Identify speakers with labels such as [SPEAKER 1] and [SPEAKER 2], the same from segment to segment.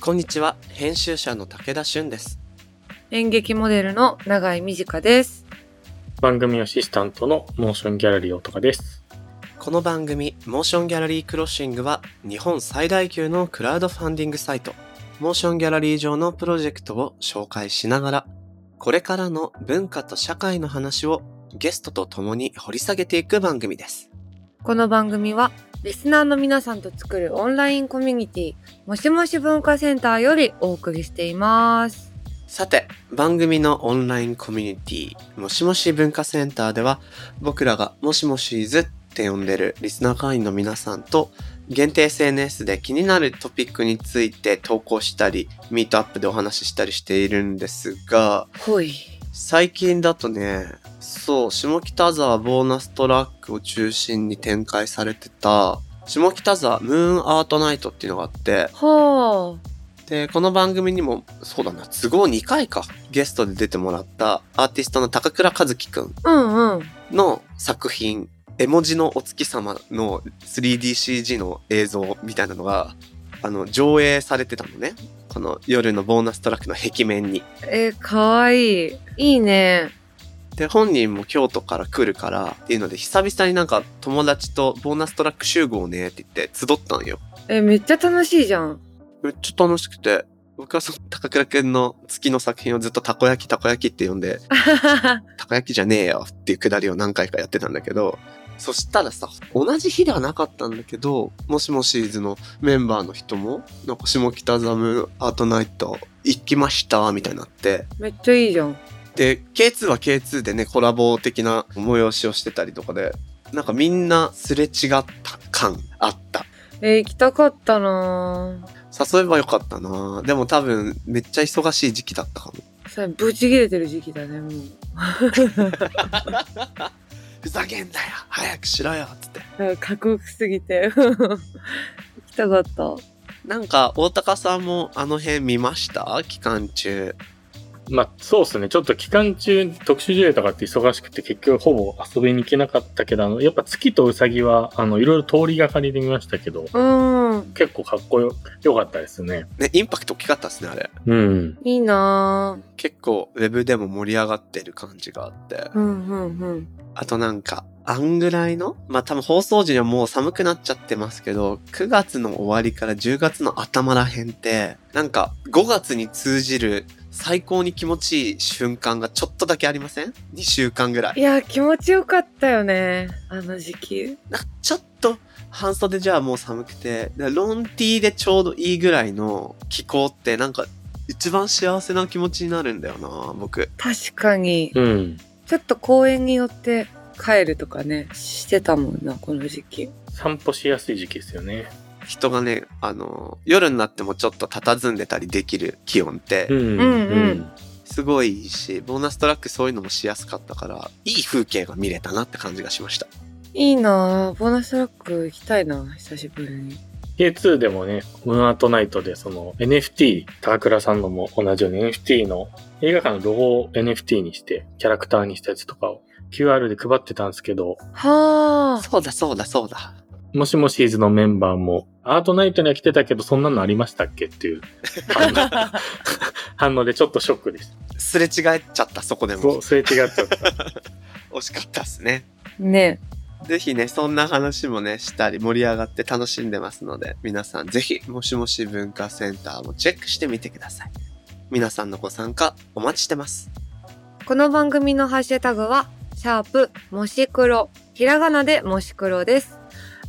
[SPEAKER 1] こんにちは編集者の武田俊です
[SPEAKER 2] 演劇モデルの永井美智香です。
[SPEAKER 3] 番組アシスタントのモーションギャラリーオトカです。
[SPEAKER 1] この番組モーションギャラリークロッシングは日本最大級のクラウドファンディングサイトモーションギャラリー上のプロジェクトを紹介しながらこれからの文化と社会の話をゲストと共に掘り下げていく番組です
[SPEAKER 2] この番組はリスナーの皆さんと作るオンラインコミュニティもしもし文化センターよりお送りしています。
[SPEAKER 1] さて、番組のオンラインコミュニティ、もしもし文化センターでは、僕らがもしもしーずって呼んでるリスナー会員の皆さんと、限定 SNS で気になるトピックについて投稿したり、ミートアップでお話ししたりしているんですが、
[SPEAKER 2] ほい。
[SPEAKER 1] 最近だとね、そう、下北沢ボーナストラックを中心に展開されてた、下北沢ムーンアートナイトっていうのがあって、
[SPEAKER 2] ほう。
[SPEAKER 1] で、この番組にも、そうだな、都合2回か、ゲストで出てもらったアーティストの高倉和樹くん
[SPEAKER 2] うんうん。
[SPEAKER 1] の作品、絵文字のお月様の 3DCG の映像みたいなのが、あの、上映されてたのね。この夜のボーナストラックの壁面に。
[SPEAKER 2] えー、かわいい。いいね。
[SPEAKER 1] で、本人も京都から来るからっていうので、久々になんか友達とボーナストラック集合ねって言って集ったのよ。
[SPEAKER 2] えー、めっちゃ楽しいじゃん。
[SPEAKER 1] めっちゃ楽しくて、僕はその高倉くんの月の作品をずっとたこ焼きたこ焼きって呼んで、たこ焼きじゃねえよっていうくだりを何回かやってたんだけど、そしたらさ、同じ日ではなかったんだけど、もしもシーズのメンバーの人も、なんか下北沢ムアートナイト行きました、みたいになって。
[SPEAKER 2] めっちゃいいじゃん。
[SPEAKER 1] で、K2 は K2 でね、コラボ的な催しをしてたりとかで、なんかみんなすれ違った感あった。
[SPEAKER 2] えー、行きたかったなぁ
[SPEAKER 1] 誘えばよかったなでも多分めっちゃ忙しい時期だったかも。
[SPEAKER 2] それ、ぶち切れてる時期だね、もう。
[SPEAKER 1] ふざけんなよ早くしろよっつって。
[SPEAKER 2] なんかかっこよくすぎて。 行きたかった。
[SPEAKER 1] なんか、大高さんもあの辺見ました期間中。
[SPEAKER 3] まあそうですね、ちょっと期間中特殊事例とかって忙しくて結局ほぼ遊びに行けなかったけど、あのやっぱ月とウサギはあのいろいろ通りがかりで見ましたけど、
[SPEAKER 2] うん。
[SPEAKER 3] 結構かっこよよかったですね。
[SPEAKER 1] ね、インパクト大きかったですね、あれ。
[SPEAKER 3] うん。
[SPEAKER 2] いいなぁ
[SPEAKER 1] 結構、ウェブでも盛り上がってる感じがあって。
[SPEAKER 2] うんうんうん。
[SPEAKER 1] あとなんか、あんぐらいのまあ、多分放送時にはもう寒くなっちゃってますけど、9月の終わりから10月の頭らへんって、なんか、5月に通じる最高に気持ちいい瞬間がちょっとだけありません ?2 週間ぐらい
[SPEAKER 2] い。や、気持ちよかったよね。あの時期。
[SPEAKER 1] なんかちょっと半袖じゃもう寒くて、でロンティーでちょうどいいぐらいの気候ってなんか一番幸せな気持ちになるんだよな、僕。
[SPEAKER 2] 確かに。
[SPEAKER 3] うん。
[SPEAKER 2] ちょっと公園によって帰るとかね、してたもんな、この時期。
[SPEAKER 3] 散歩しやすい時期ですよね。
[SPEAKER 1] 人がね、あの、夜になってもちょっと佇んでたりできる気温って、
[SPEAKER 3] ん
[SPEAKER 2] うんうん
[SPEAKER 1] すごいいいし、ボーナストラックそういうのもしやすかったから、いい風景が見れたなって感じがしました。
[SPEAKER 2] いいなぁボーナストラック行きたいなぁ久しぶりに。
[SPEAKER 3] K2 でもね、ムーンアートナイトでその NFT、高倉さんのも同じように NFT の映画館のロゴを NFT にしてキャラクターにしたやつとかを QR で配ってたんですけど、
[SPEAKER 2] はぁ
[SPEAKER 1] そうだそうだそうだ。
[SPEAKER 3] もしもシーズのメンバーもアートナイトには来てたけどそんなのありましたっけっていう反応反応でちょっとショックです。
[SPEAKER 1] すれ違えちゃった、そこで
[SPEAKER 3] そ
[SPEAKER 1] も
[SPEAKER 3] う、。すれ違っちゃった。
[SPEAKER 1] 惜しかったっすね。
[SPEAKER 2] ね
[SPEAKER 1] ぜひね、そんな話もね、したり盛り上がって楽しんでますので、皆さんぜひ、もしもし文化センターもチェックしてみてください。皆さんのご参加お待ちしてます。
[SPEAKER 2] この番組のハッシュタグは、シャープもし黒、ひらがなでもし黒です。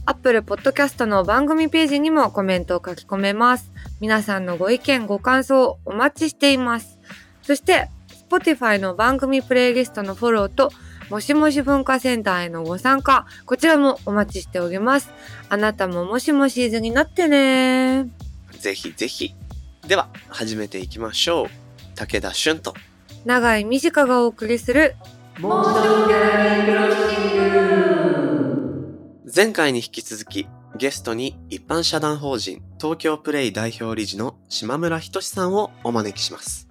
[SPEAKER 2] アップルポッドキャストの番組ページにもコメントを書き込めます。皆さんのご意見、ご感想をお待ちしています。そして、Spotify の番組プレイリストのフォローと、もしもし文化センターへのご参加、こちらもお待ちしております。あなたももしもしーずになってね。
[SPEAKER 1] ぜひぜひ。では、始めていきましょう。武田俊と。
[SPEAKER 2] 長井美智香がお送りする、
[SPEAKER 1] 前回に引き続き、ゲストに一般社団法人東京プレイ代表理事の島村仁さんをお招きします。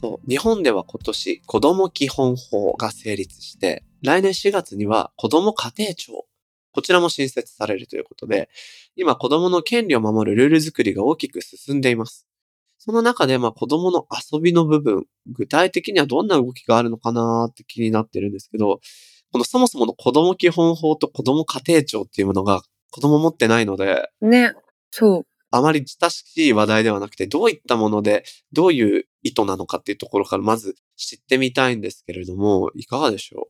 [SPEAKER 1] そう、日本では今年子ども基本法が成立して、来年4月には子ども家庭庁、こちらも新設されるということで、今子どもの権利を守るルール作りが大きく進んでいます。その中で、まあ子どもの遊びの部分、具体的にはどんな動きがあるのかなーって気になってるんですけど、このそもそもの子ども基本法と子ども家庭庁っていうものが子ども持ってないので、
[SPEAKER 2] ね。そう。
[SPEAKER 1] あまり親しい話題ではなくて、どういったもので、どういう意図なのかっていうところからまず知ってみたいんですけれども、いかがでしょ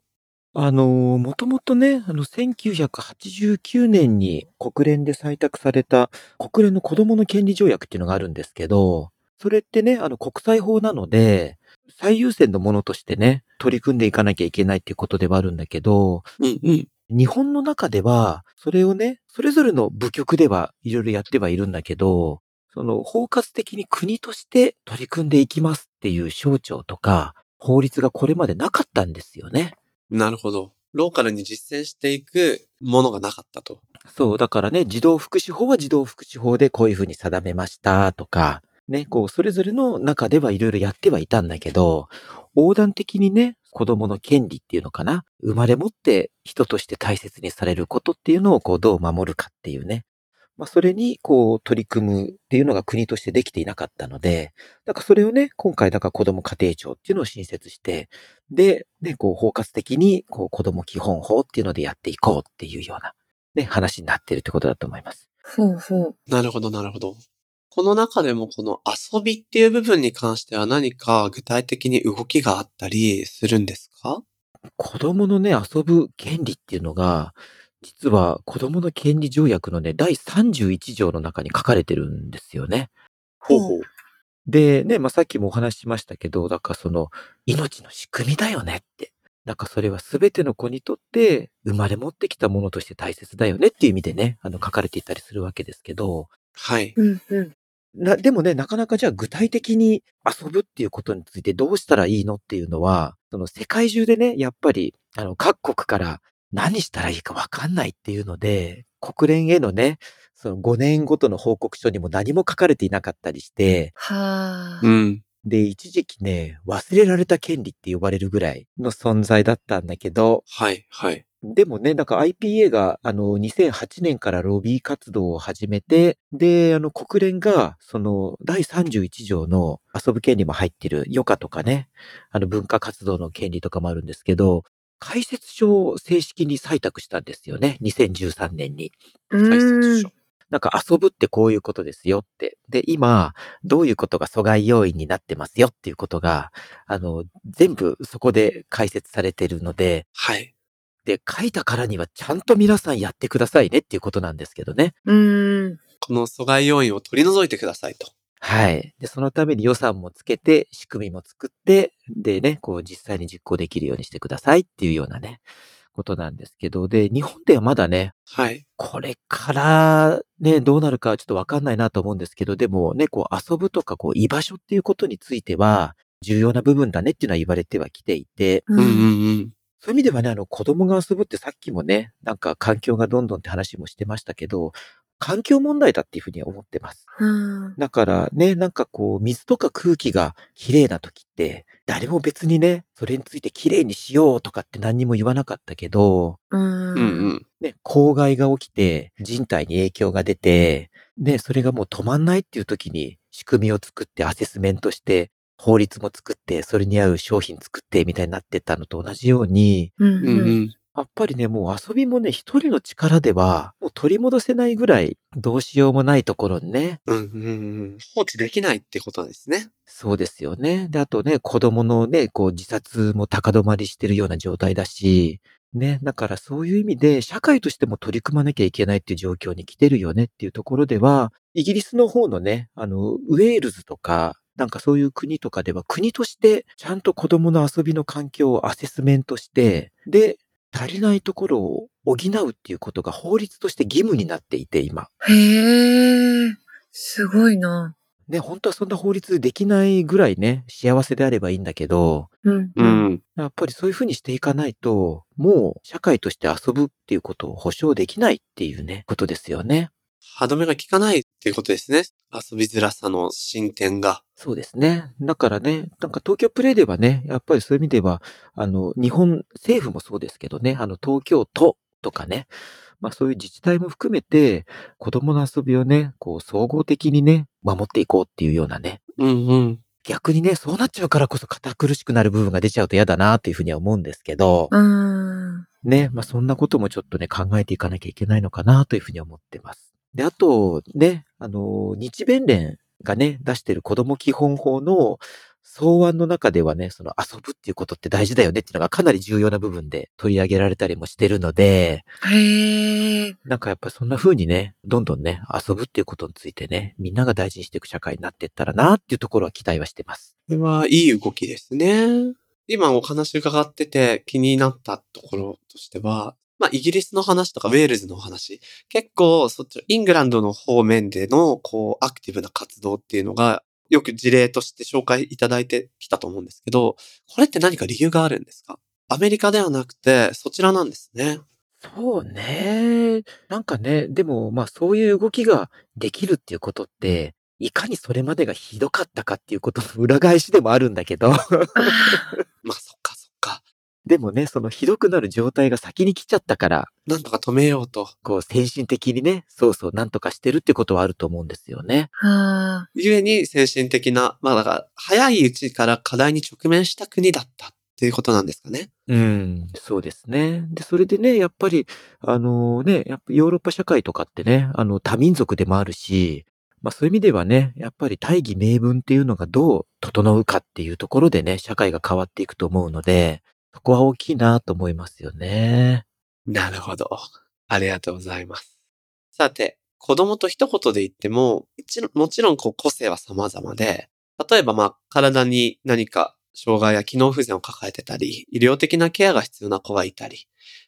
[SPEAKER 4] あのー、もともとね、あの、1989年に国連で採択された国連の子供の権利条約っていうのがあるんですけど、それってね、あの、国際法なので、最優先のものとしてね、取り組んでいかなきゃいけないっていうことではあるんだけど、
[SPEAKER 1] ううんうん。
[SPEAKER 4] 日本の中では、それをね、それぞれの部局ではいろいろやってはいるんだけど、その包括的に国として取り組んでいきますっていう省庁とか、法律がこれまでなかったんですよね。
[SPEAKER 1] なるほど。ローカルに実践していくものがなかったと。
[SPEAKER 4] そう、だからね、児童福祉法は児童福祉法でこういうふうに定めましたとか、ね、こう、それぞれの中ではいろいろやってはいたんだけど、横断的にね、子供の権利っていうのかな、生まれ持って人として大切にされることっていうのをこう、どう守るかっていうね。まあ、それに、こう、取り組むっていうのが国としてできていなかったので、だからそれをね、今回、だから子供家庭庁っていうのを新設して、で、ね、こう、包括的に、こう、子供基本法っていうのでやっていこうっていうような、ね、話になってるってことだと思います。
[SPEAKER 2] そうそう。
[SPEAKER 1] なるほど、なるほど。この中でもこの遊びっていう部分に関しては何か具体的に動きがあったりするんですか
[SPEAKER 4] 子供のね、遊ぶ権利っていうのが、実は子供の権利条約のね、第31条の中に書かれてるんですよね。
[SPEAKER 1] ほうほう。
[SPEAKER 4] で、ね、まあ、さっきもお話ししましたけど、だからその、命の仕組みだよねって。なんかそれは全ての子にとって生まれ持ってきたものとして大切だよねっていう意味でね、あの書かれていたりするわけですけど、
[SPEAKER 1] はい。
[SPEAKER 2] うんうん。
[SPEAKER 4] な、でもね、なかなかじゃあ具体的に遊ぶっていうことについてどうしたらいいのっていうのは、その世界中でね、やっぱり、あの、各国から何したらいいかわかんないっていうので、国連へのね、その5年ごとの報告書にも何も書かれていなかったりして、
[SPEAKER 2] はあ。
[SPEAKER 1] うん。
[SPEAKER 4] で、一時期ね、忘れられた権利って呼ばれるぐらいの存在だったんだけど、
[SPEAKER 1] はい、はい。
[SPEAKER 4] でもね、なんか IPA が、あの、2008年からロビー活動を始めて、で、あの、国連が、その、第31条の遊ぶ権利も入ってる、余暇とかね、あの、文化活動の権利とかもあるんですけど、解説書を正式に採択したんですよね、2013年に。
[SPEAKER 2] う
[SPEAKER 1] 解説
[SPEAKER 2] ん
[SPEAKER 1] 書。
[SPEAKER 4] なんか遊ぶってこういうことですよって。で、今、どういうことが阻害要因になってますよっていうことが、あの、全部そこで解説されてるので、
[SPEAKER 1] はい。
[SPEAKER 4] で、書いたからにはちゃんと皆さんやってくださいねっていうことなんですけどね。
[SPEAKER 2] うん。
[SPEAKER 1] この阻害要因を取り除いてくださいと。
[SPEAKER 4] はい。で、そのために予算もつけて、仕組みも作って、でね、こう実際に実行できるようにしてくださいっていうようなね、ことなんですけど、で、日本ではまだね、
[SPEAKER 1] はい。
[SPEAKER 4] これからね、どうなるかはちょっとわかんないなと思うんですけど、でもね、こう遊ぶとかこう居場所っていうことについては、重要な部分だねっていうのは言われてはきていて、
[SPEAKER 1] うん
[SPEAKER 2] う
[SPEAKER 1] うん
[SPEAKER 2] ん。
[SPEAKER 1] うん。
[SPEAKER 4] そういう意味ではね、あの、子供が遊ぶってさっきもね、なんか環境がどんどんって話もしてましたけど、環境問題だっていうふうには思ってます。
[SPEAKER 2] うん。
[SPEAKER 4] だからね、なんかこう、水とか空気がきれいな時って、誰も別にね、それについてきれいにしようとかって何にも言わなかったけど、
[SPEAKER 2] うん
[SPEAKER 1] うんうん。
[SPEAKER 4] ね、公害が起きて、人体に影響が出て、ね、それがもう止まんないっていう時に、仕組みを作って、アセスメントして、法律も作って、それに合う商品作って、みたいになってたのと同じように、
[SPEAKER 2] う
[SPEAKER 1] う
[SPEAKER 2] ん
[SPEAKER 1] んう
[SPEAKER 2] うん。
[SPEAKER 1] ん。
[SPEAKER 4] やっぱりね、もう遊びもね、一人の力では、もう取り戻せないぐらい、どうしようもないところにね、
[SPEAKER 1] うんうんうん。放置できないってことなんですね。
[SPEAKER 4] そうですよね。で、あとね、子供のね、こう自殺も高止まりしてるような状態だし、ね、だからそういう意味で、社会としても取り組まなきゃいけないっていう状況に来てるよねっていうところでは、イギリスの方のね、あの、ウェールズとか、なんかそういう国とかでは、国としてちゃんと子供の遊びの環境をアセスメントして、で、足りないところを補うっていうことが法律として義務になっていて、今。
[SPEAKER 2] へえ。すごいな。
[SPEAKER 4] ね、本当はそんな法律できないぐらいね、幸せであればいいんだけど、
[SPEAKER 2] うん。
[SPEAKER 1] う。ん。
[SPEAKER 4] やっぱりそういうふうにしていかないと、もう社会として遊ぶっていうことを保障できないっていうね、ことですよね。
[SPEAKER 1] 歯止めが効かないっていうことですね。遊びづらさの進展が。
[SPEAKER 4] そうですね。だからね、なんか東京プレイではね、やっぱりそういう意味では、あの、日本政府もそうですけどね、あの、東京都とかね、まあそういう自治体も含めて、子供の遊びをね、こう、総合的にね、守っていこうっていうようなね、
[SPEAKER 1] うんうん。
[SPEAKER 4] 逆にね、そうなっちゃうからこそ堅苦しくなる部分が出ちゃうと嫌だなっていうふうには思うんですけど、
[SPEAKER 2] うーん。
[SPEAKER 4] ね、まあそんなこともちょっとね、考えていかなきゃいけないのかなというふうに思ってます。で、あと、ね、あの、日弁連がね、出してる子供基本法の草案の中ではね、その遊ぶっていうことって大事だよねっていうのがかなり重要な部分で取り上げられたりもしてるので、
[SPEAKER 2] へえ。
[SPEAKER 4] なんかやっぱそんな風にね、どんどんね、遊ぶっていうことについてね、みんなが大事にしていく社会になっていったらなっていうところは期待はしてます。
[SPEAKER 1] これはいい動きですね。今お話伺ってて気になったところとしては、まあイギリスの話とかウェールズの話、結構そっち、イングランドの方面でのこうアクティブな活動っていうのがよく事例として紹介いただいてきたと思うんですけど、これって何か理由があるんですかアメリカではなくてそちらなんですね。
[SPEAKER 4] そうね。なんかね、でもまあそういう動きができるっていうことって、いかにそれまでがひどかったかっていうことの裏返しでもあるんだけど、
[SPEAKER 2] あ
[SPEAKER 1] まあそっかそっか。
[SPEAKER 4] でもね、そのひどくなる状態が先に来ちゃったから、
[SPEAKER 1] なんとか止めようと
[SPEAKER 4] こう先進的にね、そうそうなんとかしてるってことはあると思うんですよね。
[SPEAKER 2] ーあ
[SPEAKER 1] ゆえに精神的な、まあだから、早いうちから課題に直面した国だったっていうことなんですかね。
[SPEAKER 4] うん、そうですね。で、それでね、やっぱり、あのね、やっぱヨーロッパ社会とかってね、あの、多民族でもあるし、まあそういう意味ではね、やっぱり大義名分っていうのがどう整うかっていうところでね、社会が変わっていくと思うので、そこは大きいなと思いますよね。
[SPEAKER 1] なるほど。ありがとうございます。さて、子供と一言で言っても、一もちろんこう個性は様々で、例えばまあ体に何か障害や機能不全を抱えてたり、医療的なケアが必要な子がいたり、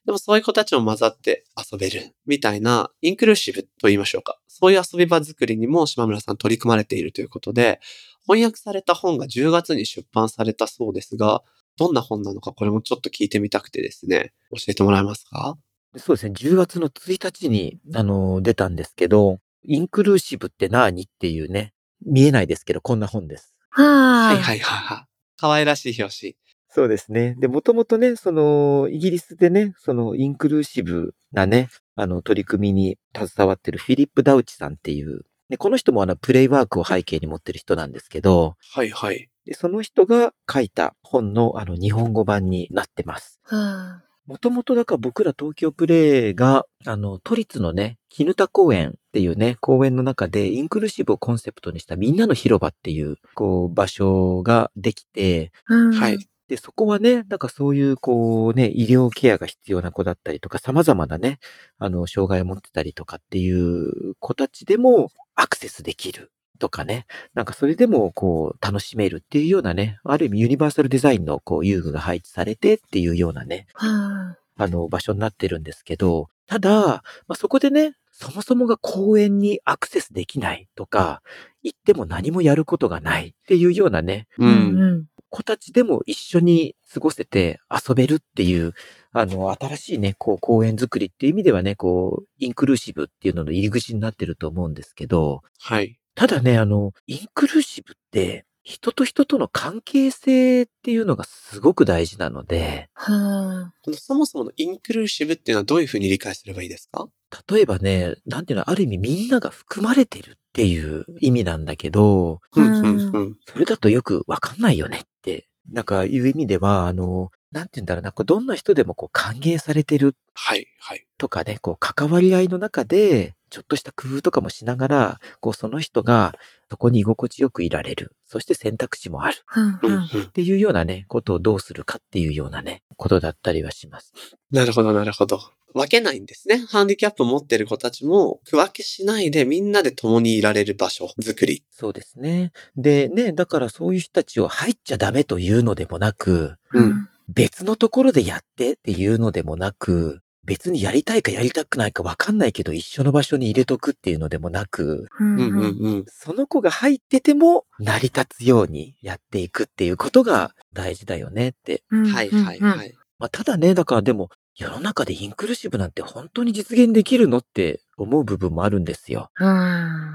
[SPEAKER 1] でもそういう子たちも混ざって遊べる、みたいなインクルーシブと言いましょうか。そういう遊び場作りにも島村さん取り組まれているということで、翻訳された本が10月に出版されたそうですが、どんな本なのかこれもちょっと聞いてみたくてですね、教えてもらえますか
[SPEAKER 4] でそうですね、10月の1日に、あの、出たんですけど、インクルーシブって何っていうね、見えないですけど、こんな本です。
[SPEAKER 2] ー。は
[SPEAKER 1] は
[SPEAKER 2] ー
[SPEAKER 1] いはいはいはい。可愛らしい表紙。
[SPEAKER 4] そうですね。で、もともとね、その、イギリスでね、その、インクルーシブなね、あの、取り組みに携わってるフィリップ・ダウチさんっていう、でこの人もあの、プレイワークを背景に持ってる人なんですけど、
[SPEAKER 1] はいはい。
[SPEAKER 4] でその人が書いた本の、あの、日本語版になってます。
[SPEAKER 2] は
[SPEAKER 4] もともとだから僕ら東京プレイが、あの、都立のね、絹田公園っていうね、公園の中でインクルーシブをコンセプトにしたみんなの広場っていう、こう、場所ができて、
[SPEAKER 2] あ。うん
[SPEAKER 1] はい。
[SPEAKER 4] で、そこはね、なんかそういう、こうね、医療ケアが必要な子だったりとか、様々なね、あの、障害を持ってたりとかっていう子たちでもアクセスできるとかね、なんかそれでも、こう、楽しめるっていうようなね、ある意味ユニバーサルデザインの、こう、遊具が配置されてっていうようなね、
[SPEAKER 2] は
[SPEAKER 4] あの、場所になってるんですけど、ただ、まあ、そこでね、そもそもが公園にアクセスできないとか、行っても何もやることがないっていうようなね、
[SPEAKER 2] あ。
[SPEAKER 1] う
[SPEAKER 2] う。ん。
[SPEAKER 4] 子たちでも一緒に過ごせて遊べるっていう、あの、新しいね、こう、公園作りっていう意味ではね、こう、インクルーシブっていうのの入り口になってると思うんですけど、
[SPEAKER 1] はい。
[SPEAKER 4] ただね、あの、インクルーシブって、人と人との関係性っていうのがすごく大事なので、
[SPEAKER 2] は
[SPEAKER 1] このそもそものインクルーシブっていうのはどういうふうに理解すればいいですか
[SPEAKER 4] 例えばね、なんていうの、ある意味みんなが含まれてるっていう意味なんだけど、
[SPEAKER 1] う
[SPEAKER 2] うんん
[SPEAKER 1] うんうん。
[SPEAKER 4] それだとよくわかんないよねって、なんかいう意味では、あの、なんて言うんだろうな、こうどんな人でもこう歓迎されてる
[SPEAKER 1] はいはい。
[SPEAKER 4] とかね、こう関わり合いの中で、ちょっとした工夫とかもしながら、こうその人がそこに居心地よくいられる。そして選択肢もある。
[SPEAKER 2] あ。
[SPEAKER 1] うんう
[SPEAKER 2] はあ。
[SPEAKER 1] ん
[SPEAKER 4] っ。ていうようなね、ことをどうするかっていうようなね、ことだったりはします。
[SPEAKER 1] なるほどなるほど。分けないんですね。ハンディキャップを持ってる子たちも区分けしないでみんなで共にいられる場所作り。
[SPEAKER 4] そうですね。で、ね、だからそういう人たちを入っちゃダメというのでもなく、
[SPEAKER 1] うん。
[SPEAKER 4] 別のところでやってっていうのでもなく、別にやりたいかやりたくないかわかんないけど一緒の場所に入れとくっていうのでもなく、
[SPEAKER 2] うん
[SPEAKER 1] うんうん
[SPEAKER 2] う。
[SPEAKER 1] うんん。
[SPEAKER 4] その子が入ってても成り立つようにやっていくっていうことが大事だよねって。
[SPEAKER 2] うん
[SPEAKER 1] はいはいはい。
[SPEAKER 4] まあ、ただね、だからでも、世の中でインクルーシブなんて本当に実現できるのって思う部分もあるんですよ。
[SPEAKER 2] うーん。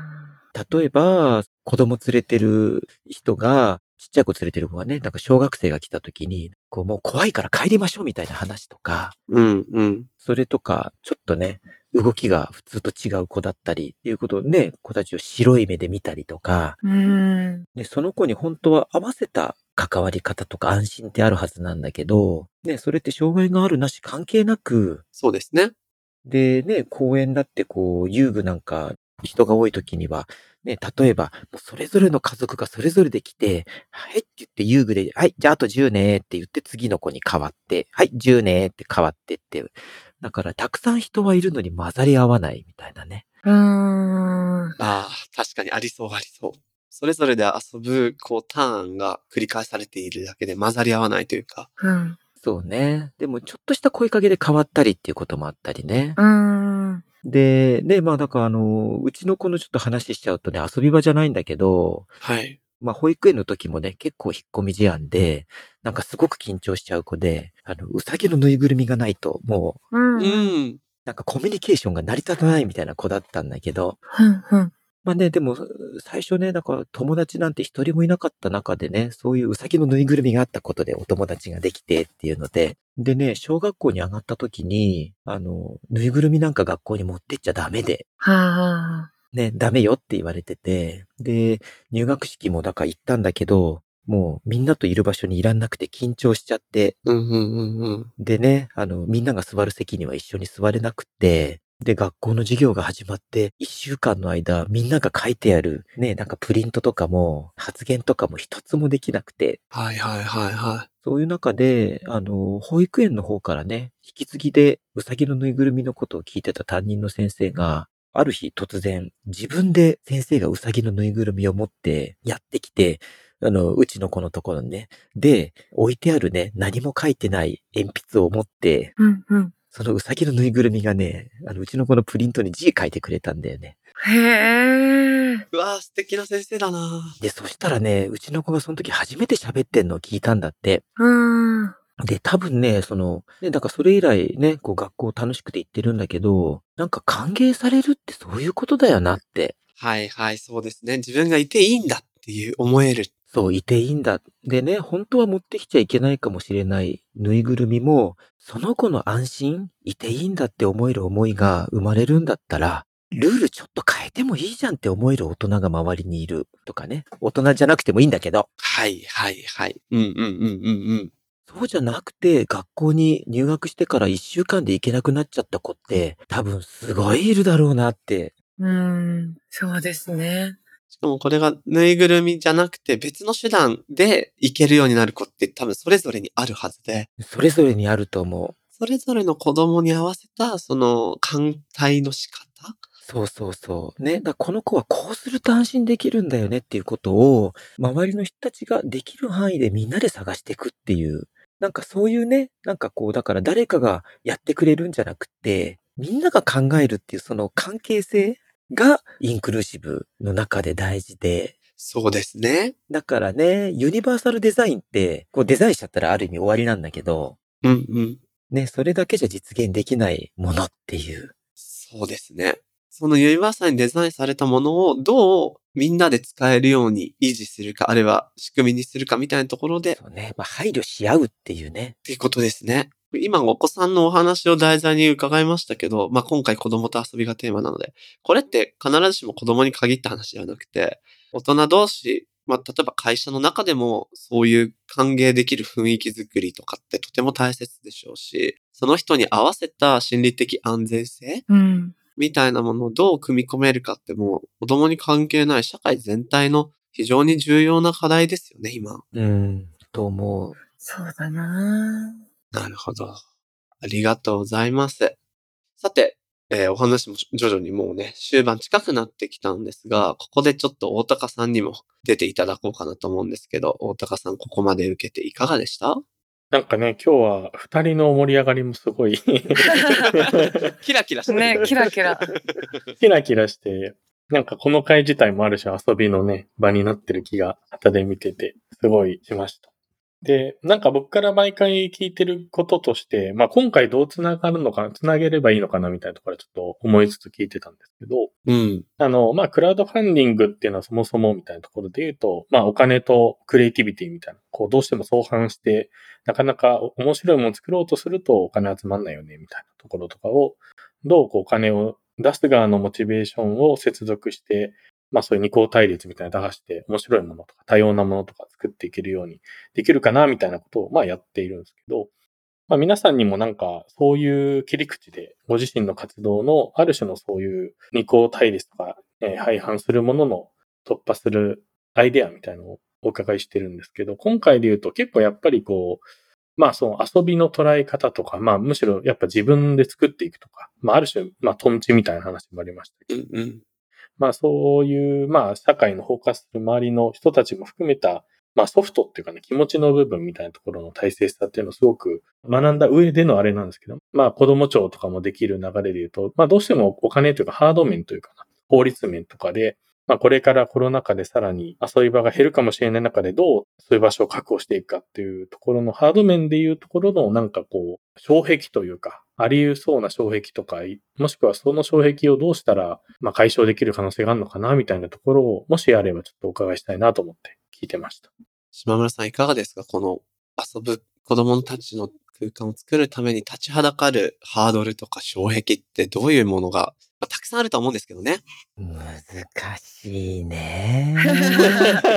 [SPEAKER 4] 例えば、子供連れてる人が、ちっちゃい子連れてる子がね、なんか小学生が来た時に、こうもう怖いから帰りましょうみたいな話とか、
[SPEAKER 1] うん、うん。
[SPEAKER 4] それとか、ちょっとね、動きが普通と違う子だったりっていうことをね、子たちを白い目で見たりとか、
[SPEAKER 2] うーん。
[SPEAKER 4] ね、その子に本当は合わせた関わり方とか安心ってあるはずなんだけど、ね、それって障害があるなし関係なく、
[SPEAKER 1] そうですね。
[SPEAKER 4] でね、公園だってこう、遊具なんか、人が多い時には、ね、例えば、もうそれぞれの家族がそれぞれで来て、はいって言って遊具で、はい、じゃああと10ねーって言って次の子に変わって、はい、10ねーって変わってって。だから、たくさん人はいるのに混ざり合わないみたいなね。
[SPEAKER 2] うーん。
[SPEAKER 1] ああ、確かにありそうありそう。それぞれで遊ぶ、こう、ターンが繰り返されているだけで混ざり合わないというか。
[SPEAKER 2] うん。
[SPEAKER 4] そうね。でも、ちょっとした声かけで変わったりっていうこともあったりね。
[SPEAKER 2] うーん。
[SPEAKER 4] で、ね、まあ、だからあの、うちの子のちょっと話しちゃうとね、遊び場じゃないんだけど、
[SPEAKER 1] はい。
[SPEAKER 4] まあ、保育園の時もね、結構引っ込み思案で、なんかすごく緊張しちゃう子で、あの、うさぎのぬいぐるみがないと、もう、
[SPEAKER 2] うん。うん。
[SPEAKER 1] う
[SPEAKER 2] うん。
[SPEAKER 1] ん。
[SPEAKER 4] なんかコミュニケーションが成り立たないみたいな子だったんだけど、
[SPEAKER 2] うん。
[SPEAKER 4] まあね、でも、最初ね、なんか友達なんて一人もいなかった中でね、そういううさぎのぬいぐるみがあったことでお友達ができてっていうので、でね、小学校に上がった時に、あの、ぬいぐるみなんか学校に持ってっちゃダメで、
[SPEAKER 2] はあ。
[SPEAKER 4] ね、ダメよって言われてて、で、入学式もだから行ったんだけど、もうみんなといる場所にいらんなくて緊張しちゃって、
[SPEAKER 1] うん、うん、うん、うん。
[SPEAKER 4] でね、あの、みんなが座る席には一緒に座れなくて、で、学校の授業が始まって、一週間の間、みんなが書いてある、ね、なんかプリントとかも、発言とかも一つもできなくて、
[SPEAKER 1] はい、はい、はい、は
[SPEAKER 4] そういう中で、あの、保育園の方からね、引き継ぎで、うさぎのぬいぐるみのことを聞いてた担任の先生が、ある日突然、自分で先生がうさぎのぬいぐるみを持ってやってきて、あの、うちの子のところにね。で、置いてあるね、何も書いてない鉛筆を持って、
[SPEAKER 2] うん。うん。
[SPEAKER 4] そのうさぎのぬいぐるみがね、あの、うちの子のプリントに字書いてくれたんだよね。
[SPEAKER 2] へえ。
[SPEAKER 1] い。うわー素敵な先生だな
[SPEAKER 4] で、そしたらね、うちの子がその時初めて喋ってんのを聞いたんだって。
[SPEAKER 2] うん。
[SPEAKER 4] で、多分ね、その、ね、だからそれ以来ね、こう学校楽しくて行ってるんだけど、なんか歓迎されるってそういうことだよなって。
[SPEAKER 1] はい、はい、そうですね。自分がいていいんだっていう思える。
[SPEAKER 4] そう、いていいんだ。でね、本当は持ってきちゃいけないかもしれないぬいぐるみも、その子の安心、いていいんだって思える思いが生まれるんだったら、ルールちょっと変えてもいいじゃんって思える大人が周りにいるとかね。大人じゃなくてもいいんだけど。
[SPEAKER 1] はい、はい、はい。うん、うん、うん、うん、うん。
[SPEAKER 4] そうじゃなくて、学校に入学してから一週間で行けなくなっちゃった子って、多分すごいいるだろうなって。
[SPEAKER 2] うん。そうですね。
[SPEAKER 1] しかもこれがぬいぐるみじゃなくて別の手段で行けるようになる子って多分それぞれにあるはずで、
[SPEAKER 4] それぞれにあると思う。
[SPEAKER 1] それぞれの子供に合わせたその艦隊の仕方
[SPEAKER 4] そうそうそう。ね。だからこの子はこうすると安心できるんだよねっていうことを、周りの人たちができる範囲でみんなで探していくっていう。なんかそういうね、なんかこう、だから誰かがやってくれるんじゃなくて、みんなが考えるっていうその関係性がインクルーシブの中で大事で、
[SPEAKER 1] そうですね。
[SPEAKER 4] だからね、ユニバーサルデザインって、こうデザインしちゃったらある意味終わりなんだけど、
[SPEAKER 1] うんうん。
[SPEAKER 4] ね、それだけじゃ実現できないものっていう。
[SPEAKER 1] そうですね。そのユニバーサルにデザインされたものをどうみんなで使えるように維持するか、あるいは仕組みにするかみたいなところでっ
[SPEAKER 4] そうね、まあ配慮し合うっていうね。
[SPEAKER 1] ていうことですね。今お子さんのお話を題材に伺いましたけど、まあ、今回子供と遊びがテーマなので、これって必ずしも子供に限った話ではなくて、大人同士、まあ、例えば会社の中でもそういう歓迎できる雰囲気づくりとかってとても大切でしょうし、その人に合わせた心理的安全性
[SPEAKER 2] うん。
[SPEAKER 1] みたいなものをどう組み込めるかってもう子供に関係ない社会全体の非常に重要な課題ですよね、今。
[SPEAKER 4] うん、と思う。
[SPEAKER 2] そうだな
[SPEAKER 1] なるほど。ありがとうございます。さて、えーお話も徐々にもうね、終盤近くなってきたんですが、ここでちょっと大高さんにも出ていただこうかなと思うんですけど、大高さんここまで受けていかがで した
[SPEAKER 3] なんかね、今日は二人の盛り上がりもすごい
[SPEAKER 1] キラキラしてる。
[SPEAKER 2] ね、キラキ ラ。
[SPEAKER 3] キラキラして、なんかこの回自体もあるし遊びのね、場になってる気が旗で見てて、すごいしました。で、なんか僕から毎回聞いてることとして、まあ今回どう繋がるのかな、繋げればいいのかなみたいなところはちょっと思いつつ聞いてたんですけど、
[SPEAKER 1] うん。
[SPEAKER 3] あの、まあクラウドファンディングっていうのはそもそもみたいなところで言うと、まあお金とクリエイティビティみたいな、こうどうしても相反して、なかなか面白いものを作ろうとするとお金集まんないよねみたいなところとかを、どうこうお金を出す側のモチベーションを接続して、まあそういう二項対立みたいなのを出して面白いものとか多様なものとか作っていけるようにできるかなみたいなことをまあやっているんですけど、まあ皆さんにもなんかそういう切り口でご自身の活動のある種のそういう二項対立とか、えー廃反するものの突破するアイデアみたいなのをお伺いしてるんですけど、今回で言うと結構やっぱりこう、まあその遊びの捉え方とか、まあむしろやっぱ自分で作っていくとか、まあある種、まあトンチみたいな話もありましたけど
[SPEAKER 1] うんうん。
[SPEAKER 3] まあそういう、まあ社会の包括する周りの人たちも含めた、まあソフトっていうかね、気持ちの部分みたいなところの大切さっていうのをすごく学んだ上でのあれなんですけど、まあ子供庁とかもできる流れで言うと、まあどうしてもお金というかハード面というかな、法律面とかで、まあこれからコロナ禍でさらに遊び場が減るかもしれない中でどうそういう場所を確保していくかっていうところのハード面でいうところのなんかこう、障壁というか、あり得そうな障壁とか、もしくはその障壁をどうしたら、まあ、解消できる可能性があるのかなみたいなところを、もしあればちょっとお伺いしたいなと思って聞いてました。
[SPEAKER 1] 島村さんいかがですかこの遊ぶ子供たちの空間を作るために立ちはだかるハードルとか障壁ってどういうものが、まあ、たくさんあると思うんですけどね。
[SPEAKER 4] 難しいね。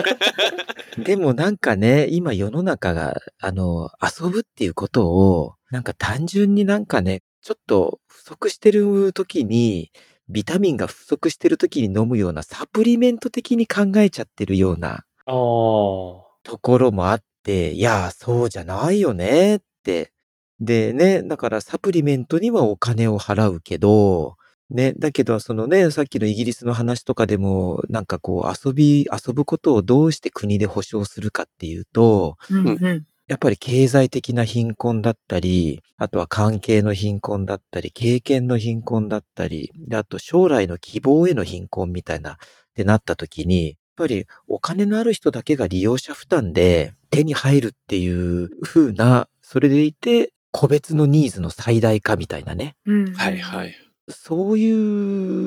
[SPEAKER 4] でもなんかね、今世の中が、あの、遊ぶっていうことを、なんか単純になんかね、ちょっと不足してる時に、ビタミンが不足してる時に飲むようなサプリメント的に考えちゃってるような
[SPEAKER 3] ああ。
[SPEAKER 4] ところもあって、いや、そうじゃないよねって。でね、だからサプリメントにはお金を払うけど、ね、だけどそのね、さっきのイギリスの話とかでも、なんかこう遊び、遊ぶことをどうして国で保障するかっていうと、
[SPEAKER 2] うん
[SPEAKER 1] ん
[SPEAKER 2] うん。
[SPEAKER 4] やっぱり経済的な貧困だったり、あとは関係の貧困だったり、経験の貧困だったり、であと将来の希望への貧困みたいな、ってなった時に、やっぱりお金のある人だけが利用者負担で手に入るっていう風な、それでいて、個別のニーズの最大化みたいなね。
[SPEAKER 2] うん。い。
[SPEAKER 1] い。
[SPEAKER 4] そうい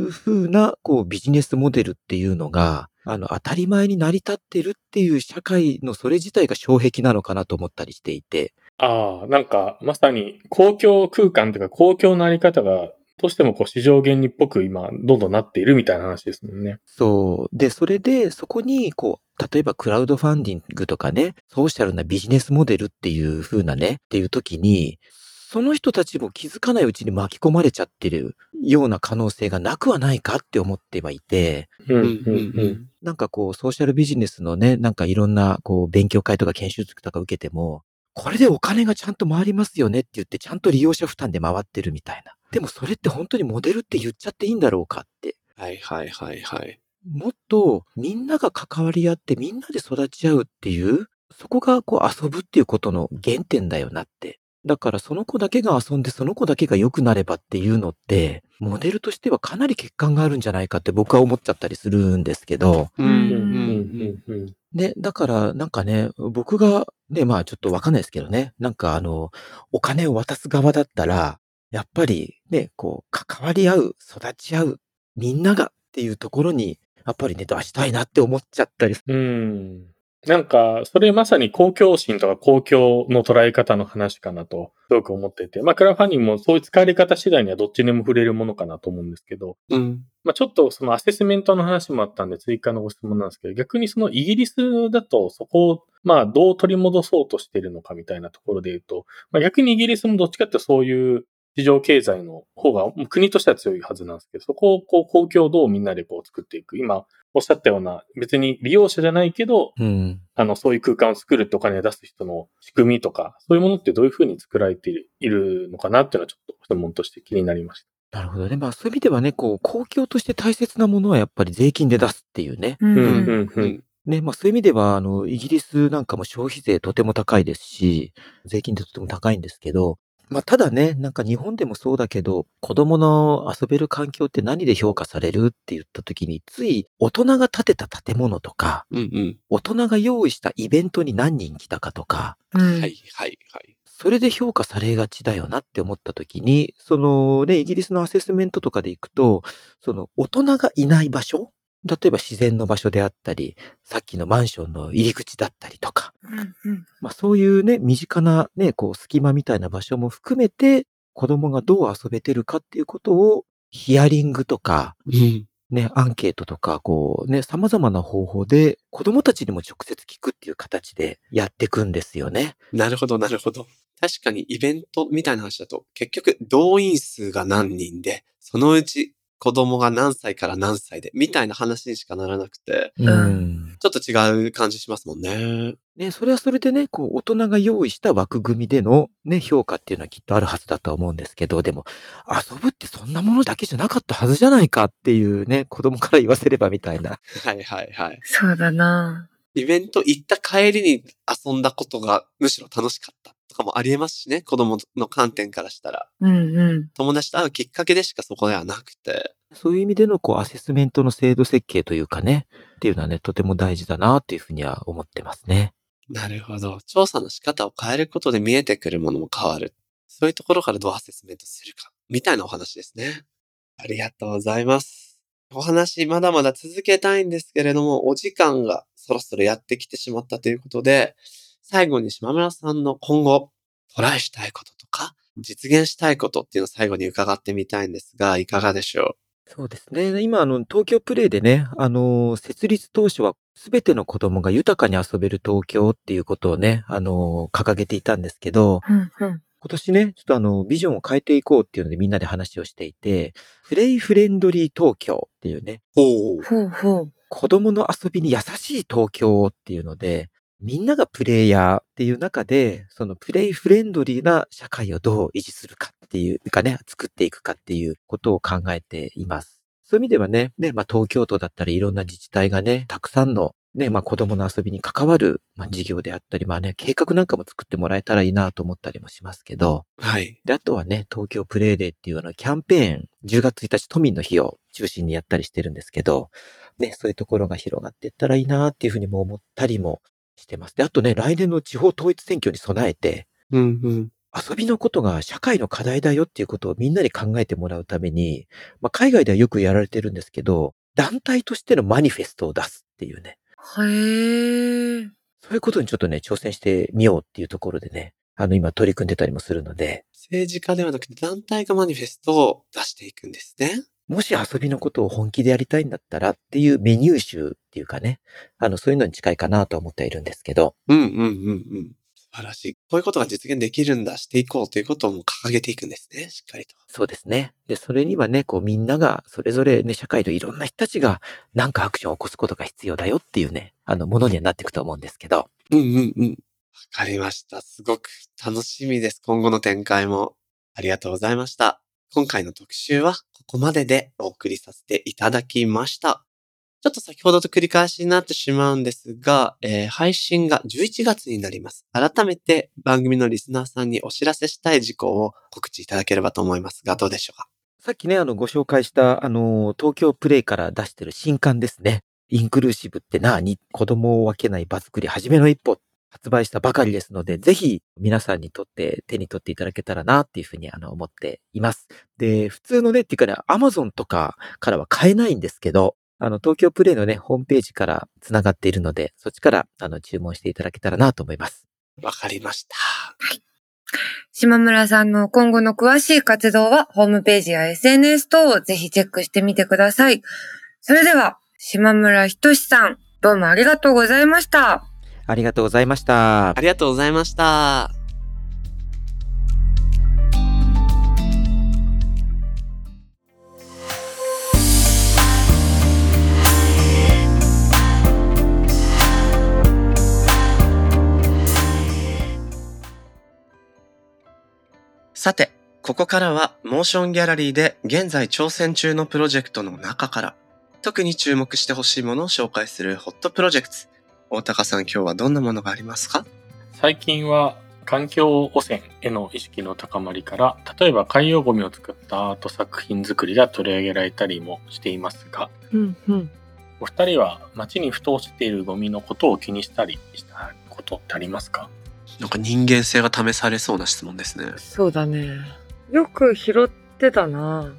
[SPEAKER 4] う風な、こう、ビジネスモデルっていうのが、あの、当たり前に成り立ってるっていう社会のそれ自体が障壁なのかなと思ったりしていて。
[SPEAKER 3] ああ、なんか、まさに公共空間というか公共のあり方が、どうしてもこう市場原理っぽく今、どんどんなっているみたいな話ですもんね。
[SPEAKER 4] そう。で、それで、そこに、こう、例えばクラウドファンディングとかね、ソーシャルなビジネスモデルっていう風なね、っていう時に、その人たちも気づかないうちに巻き込まれちゃってるような可能性がなくはないかって思ってはいて、
[SPEAKER 3] うん
[SPEAKER 1] うん
[SPEAKER 3] う
[SPEAKER 1] うん
[SPEAKER 3] うん。
[SPEAKER 1] ん
[SPEAKER 4] なんかこう、ソーシャルビジネスのね、なんかいろんな、こう、勉強会とか研修とか受けても、これでお金がちゃんと回りますよねって言って、ちゃんと利用者負担で回ってるみたいな。でもそれって本当にモデルって言っちゃっていいんだろうかって
[SPEAKER 1] はいはいはいはい。
[SPEAKER 4] もっとみんなが関わり合ってみんなで育ち合うっていう、そこがこう遊ぶっていうことの原点だよなって。だからその子だけが遊んでその子だけが良くなればっていうのって、モデルとしてはかなり欠陥があるんじゃないかって僕は思っちゃったりするんですけど。
[SPEAKER 1] う
[SPEAKER 2] うん
[SPEAKER 3] うん
[SPEAKER 2] うん
[SPEAKER 3] うんうん
[SPEAKER 4] で、だからなんかね、僕がね、まあちょっとわかんないですけどね、なんかあの、お金を渡す側だったら、やっぱりね、こう、関わり合う、育ち合う、みんながっていうところに、やっぱりね、出したいなって思っちゃったりす
[SPEAKER 3] うん。なんか、それまさに公共心とか公共の捉え方の話かなと、すごく思っていて、まあ、クラファンディングもそういう使われ方次第にはどっちにも触れるものかなと思うんですけど、
[SPEAKER 1] うん。
[SPEAKER 3] まあ、ちょっとそのアセスメントの話もあったんで、追加のご質問なんですけど、逆にそのイギリスだと、そこを、まあ、どう取り戻そうとしているのかみたいなところで言うと、まあ、逆にイギリスもどっちかっていうとそういう市場経済の方が、国としては強いはずなんですけど、そこをこう、公共をどうみんなでこう作っていく。今、おっしゃったような、別に利用者じゃないけど、
[SPEAKER 4] る。うん。
[SPEAKER 3] あの、そういう空間を作るってお金を出す人の仕組みとか、そういうものってどういうふうに作られているいるのかなっていうのはちょっと質問として気になりまし
[SPEAKER 4] なるほどね。まあそういう意味ではね、こう、公共として大切なものはやっぱり税金で出すっていうね。
[SPEAKER 2] う
[SPEAKER 3] た。
[SPEAKER 2] ん
[SPEAKER 3] う
[SPEAKER 2] うん
[SPEAKER 3] ん
[SPEAKER 2] う。
[SPEAKER 3] うんんうん。
[SPEAKER 4] ね、まあそういう意味では、あの、イギリスなんかも消費税とても高いですし、税金ってとても高いんですけど、まあ、ただね、なんか日本でもそうだけど、子供の遊べる環境って何で評価されるって言った時に、つい大人が建てた建物とか、
[SPEAKER 1] うんうん。
[SPEAKER 4] 大人が用意したイベントに何人来たかとか、
[SPEAKER 2] うん
[SPEAKER 1] はいはいはい。
[SPEAKER 4] それで評価されがちだよなって思った時に、そのね、イギリスのアセスメントとかで行くと、その大人がいない場所例えば自然の場所であったり、さっきのマンションの入り口だったりとか、
[SPEAKER 2] うんうん。
[SPEAKER 4] まあそういうね、身近なね、こう隙間みたいな場所も含めて、子供がどう遊べてるかっていうことを、ヒアリングとか、
[SPEAKER 1] うん。
[SPEAKER 4] ね、アンケートとか、こうね、様々な方法で、子供たちにも直接聞くっていう形でやっていくんですよね。
[SPEAKER 1] なるほどなるほど。確かにイベントみたいな話だと、結局動員数が何人で、そのうち子供が何歳から何歳で、みたいな話にしかならなくて、
[SPEAKER 4] うん
[SPEAKER 1] ちょっと違う感じしますもんね。
[SPEAKER 4] ね、それはそれでね、こう、大人が用意した枠組みでのね、評価っていうのはきっとあるはずだとは思うんですけど、でも、遊ぶってそんなものだけじゃなかったはずじゃないかっていうね、子供から言わせればみたいな。
[SPEAKER 1] はいはいはい。
[SPEAKER 2] そうだな
[SPEAKER 1] イベント行った帰りに遊んだことがむしろ楽しかったとかもありえますしね、子供の観点からしたら。
[SPEAKER 2] うんうん。
[SPEAKER 1] 友達と会うきっかけでしかそこではなくて。
[SPEAKER 4] そういう意味での、こう、アセスメントの制度設計というかね、っていうのはね、とても大事だなっていうふうには思ってますね。
[SPEAKER 1] なるほど。調査の仕方を変えることで見えてくるものも変わる。そういうところからどうアセスメントするか。みたいなお話ですね。ありがとうございます。お話まだまだ続けたいんですけれども、お時間がそろそろやってきてしまったということで、最後に島村さんの今後、トライしたいこととか、実現したいことっていうのを最後に伺ってみたいんですが、いかがでしょ
[SPEAKER 4] そうですね。今、あの、東京プレイでね、あの、設立当初は、すべての子供が豊かに遊べる東京っていうことをね、あの、掲げていたんですけど、
[SPEAKER 2] うんうん。
[SPEAKER 4] 今年ね、ちょっとあの、ビジョンを変えていこうっていうのでみんなで話をしていて、プレイフレンドリー東京っていうね、
[SPEAKER 1] うほう。
[SPEAKER 2] ほうほう。
[SPEAKER 4] 子供の遊びに優しい東京っていうので、みんながプレイヤーっていう中で、そのプレイフレンドリーな社会をどう維持するかっていうかね、作っていくかっていうことを考えています。そういう意味ではね、ね、まあ東京都だったりいろんな自治体がね、たくさんのね、まあ子供の遊びに関わる、まあ事業であったり、まあね、計画なんかも作ってもらえたらいいなと思ったりもしますけど、
[SPEAKER 1] はい。
[SPEAKER 4] で、あとはね、東京プレイデーっていうあのキャンペーン、10月1日都民の日を中心にやったりしてるんですけど、ね、そういうところが広がっていったらいいなっていうふうにも思ったりもしてます。で、あとね、来年の地方統一選挙に備えて、
[SPEAKER 1] うんうん。
[SPEAKER 4] 遊びのことが社会の課題だよっていうことをみんなに考えてもらうために、まあ、海外ではよくやられてるんですけど、団体としてのマニフェストを出すっていうね、
[SPEAKER 2] へえ。
[SPEAKER 4] そういうことにちょっとね、挑戦してみようっていうところでね、あの、今取り組んでたりもするので、
[SPEAKER 1] 政治家ではなくて団体がマニフェストを出していくんですね。
[SPEAKER 4] もし遊びのことを本気でやりたいんだったらっていうメニュー集っていうかね、あの、そういうのに近いかなとは思っているんですけど、
[SPEAKER 1] うんうんうんうん。素晴らしい。こういうことが実現できるんだ、していこうということをもう掲げていくんですね、しっかりと。
[SPEAKER 4] そうですね。で、それにはね、こうみんなが、それぞれね、社会のいろんな人たちが、なんかアクションを起こすことが必要だよっていうね、あの、ものにはなっていくと思うんですけど、
[SPEAKER 1] うんうんうん。わかりました。すごく楽しみです。今後の展開も。ありがとうございました。今回の特集はここまででお送りさせていただきました。ちょっと先ほどと繰り返しになってしまうんですが、えー配信が11月になります。改めて番組のリスナーさんにお知らせしたい事項を告知いただければと思いますが、どうでしょうか
[SPEAKER 4] さっきね、あの、ご紹介した、あの、東京プレイから出してる新刊ですね。インクルーシブって何子供を分けない場作り、初めの一歩。発売したばかりですので、ぜひ皆さんにとって手に取っていただけたらなっていうふうにあの思っています。で、普通のね、っていうかね、アマゾンとかからは買えないんですけど、あの、東京プレイのね、ホームページから繋がっているので、そっちからあの注文していただけたらなと思います。
[SPEAKER 1] わかりました。
[SPEAKER 2] 島村さんの今後の詳しい活動はホームページや SNS 等をぜひチェックしてみてください。それでは、島村ひとしさん、どうもありがとうございました。
[SPEAKER 4] ありがとうございました
[SPEAKER 1] あ。りがとうございました。さて、ここからはモーションギャラリーで現在挑戦中のプロジェクトの中から特に注目してほしいものを紹介するホットプロジェクト。大高さん今日はどんなものがありますか
[SPEAKER 3] 最近は環境汚染への意識の高まりから、例えば海洋ゴミを使ったアート作品作りが取り上げられたりもしていますが、
[SPEAKER 2] うんうん。
[SPEAKER 3] お二人は街にふと落ちているゴミのことを気にしたりしたことってありますか
[SPEAKER 1] なんか人間性が試されそうな質問ですね。
[SPEAKER 2] そうだね。よく拾ってたな。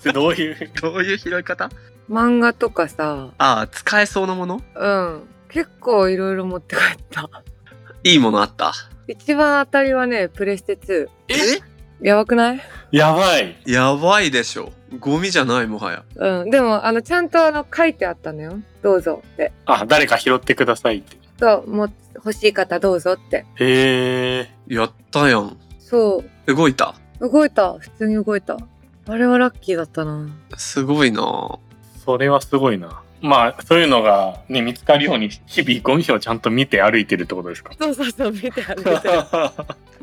[SPEAKER 3] それどういう
[SPEAKER 1] どういう拾い方
[SPEAKER 2] 漫画とかさ、
[SPEAKER 1] ああ、使えそうなもの
[SPEAKER 2] うん。結構いろいろ持って帰った。
[SPEAKER 1] いいものあった。
[SPEAKER 2] 一番当たりはね、プレステ2。
[SPEAKER 1] え
[SPEAKER 2] やばくない
[SPEAKER 3] やばい
[SPEAKER 1] やばいでしょ。ゴミじゃないもはや。
[SPEAKER 2] うん。でも、あの、ちゃんとあの、書いてあったのよ。どうぞって。
[SPEAKER 3] あ、誰か拾ってくださいって。
[SPEAKER 2] そう、もう、欲しい方どうぞって。
[SPEAKER 3] へえ。
[SPEAKER 1] やったやん。
[SPEAKER 2] そ
[SPEAKER 1] 動いた。
[SPEAKER 2] う。動いた。普通に動いた。あれはラッキーだったな。
[SPEAKER 1] すごいな
[SPEAKER 3] それはすごいな。まあ、そういうのがね、見つかるように、日々ゴミをちゃんと見て歩いてるってことですか
[SPEAKER 2] そうそうそう、見てあげて。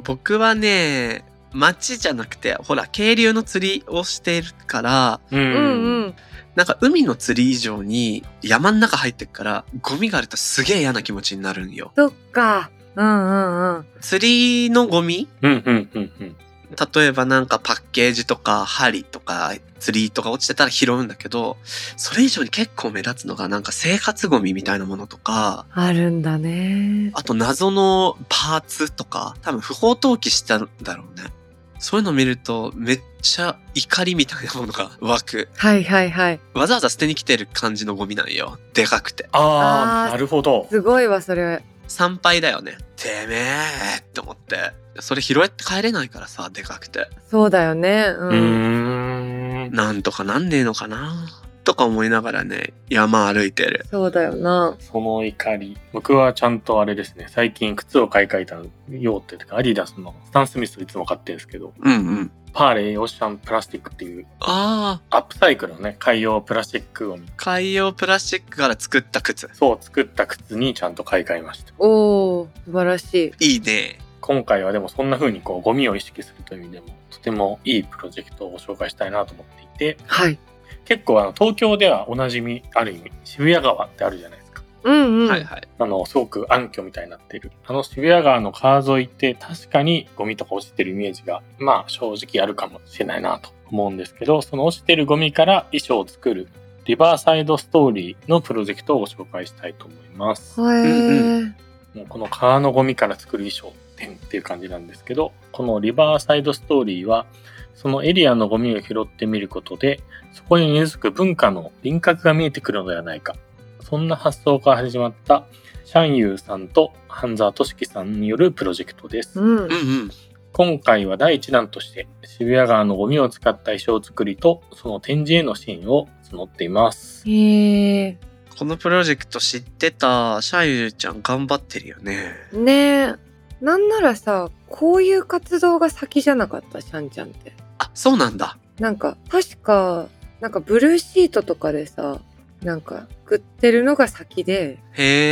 [SPEAKER 1] 僕はね、街じゃなくて、ほら、渓流の釣りをしてるから、
[SPEAKER 3] う ん
[SPEAKER 2] うんうん。
[SPEAKER 1] なんか海の釣り以上に山の中入ってくから、ゴミがあるとすげえ嫌な気持ちになるんよ。
[SPEAKER 2] そっか。うんうんうん。
[SPEAKER 1] 釣りのゴミ
[SPEAKER 3] うんうんうんうん。
[SPEAKER 1] 例えばなんかパッケージとか針とか釣りとか落ちてたら拾うんだけど、それ以上に結構目立つのがなんか生活ゴミみたいなものとか、
[SPEAKER 2] あるんだね。
[SPEAKER 1] あと謎のパーツとか、多分不法投棄したんだろうね。そういうの見るとめっちゃ怒りみたいなものが湧く。
[SPEAKER 2] はいはいはい。
[SPEAKER 1] わざわざ捨てに来てる感じのゴミなんよ。でかくて。
[SPEAKER 3] あ
[SPEAKER 2] あー
[SPEAKER 3] あ、なるほど。
[SPEAKER 2] すごいわ、それ。
[SPEAKER 1] 参拝だよね。てめえって思って。それ拾えて帰れないからさ、でかくて。
[SPEAKER 2] そうだよね。
[SPEAKER 3] う
[SPEAKER 2] う
[SPEAKER 3] ー
[SPEAKER 2] ん。
[SPEAKER 3] ん。
[SPEAKER 1] なんとかなんねえのかなとか思いながらね、山歩いてる。
[SPEAKER 2] そうだよな。
[SPEAKER 3] その怒り。僕はちゃんとあれですね、最近靴を買い替えた用っていうか、アディダスのスタン・スミスをいつも買ってるんですけど、
[SPEAKER 1] うんうん。
[SPEAKER 3] パーレイ・オシャン・プラスティックっていう、
[SPEAKER 1] ああ、
[SPEAKER 3] アップサイクルのね、海洋プラスチックゴミ。
[SPEAKER 1] 海洋プラスチックから作った靴。
[SPEAKER 3] そう、作った靴にちゃんと買い替えました。
[SPEAKER 2] おー、素晴らしい。
[SPEAKER 1] いいね。
[SPEAKER 3] 今回はでもそんな風にこうゴミを意識するという意味でもとてもいいプロジェクトを紹介したいなと思っていて
[SPEAKER 2] はい。
[SPEAKER 3] 結構あの東京ではおなじみある意味渋谷川ってあるじゃないですか
[SPEAKER 2] うんうん。
[SPEAKER 1] はいはい。
[SPEAKER 3] あのすごく暗渠みたいになってるあの渋谷川の川沿いって確かにゴミとか落ちてるイメージがまあ正直あるかもしれないなと思うんですけどその落ちてるゴミから衣装を作るリバーサイドストーリーのプロジェクトをご紹介したいと思います
[SPEAKER 2] へ
[SPEAKER 1] うん
[SPEAKER 2] ー。
[SPEAKER 3] もうこの川のゴミから作る衣装展っていう感じなんですけど、このリバーサイドストーリーは、そのエリアのゴミを拾ってみることで、そこに根付く文化の輪郭が見えてくるのではないか。そんな発想から始まった、シャンユーさんとハンザートシキさんによるプロジェクトです。
[SPEAKER 2] う
[SPEAKER 1] う
[SPEAKER 2] ん
[SPEAKER 1] ん。うん。
[SPEAKER 3] 今回は第1弾として、渋谷川のゴミを使った衣装作りと、その展示へのシーンを募っています。
[SPEAKER 2] へえ。
[SPEAKER 1] このプロジェクト知ってた、シャイユーちゃん頑張ってるよね。
[SPEAKER 2] ねえ。なんならさ、こういう活動が先じゃなかった、シャンちゃんって。
[SPEAKER 1] あ、そうなんだ。
[SPEAKER 2] なんか、確か、なんかブルーシートとかでさ、なんか、食ってるのが先で、
[SPEAKER 1] へ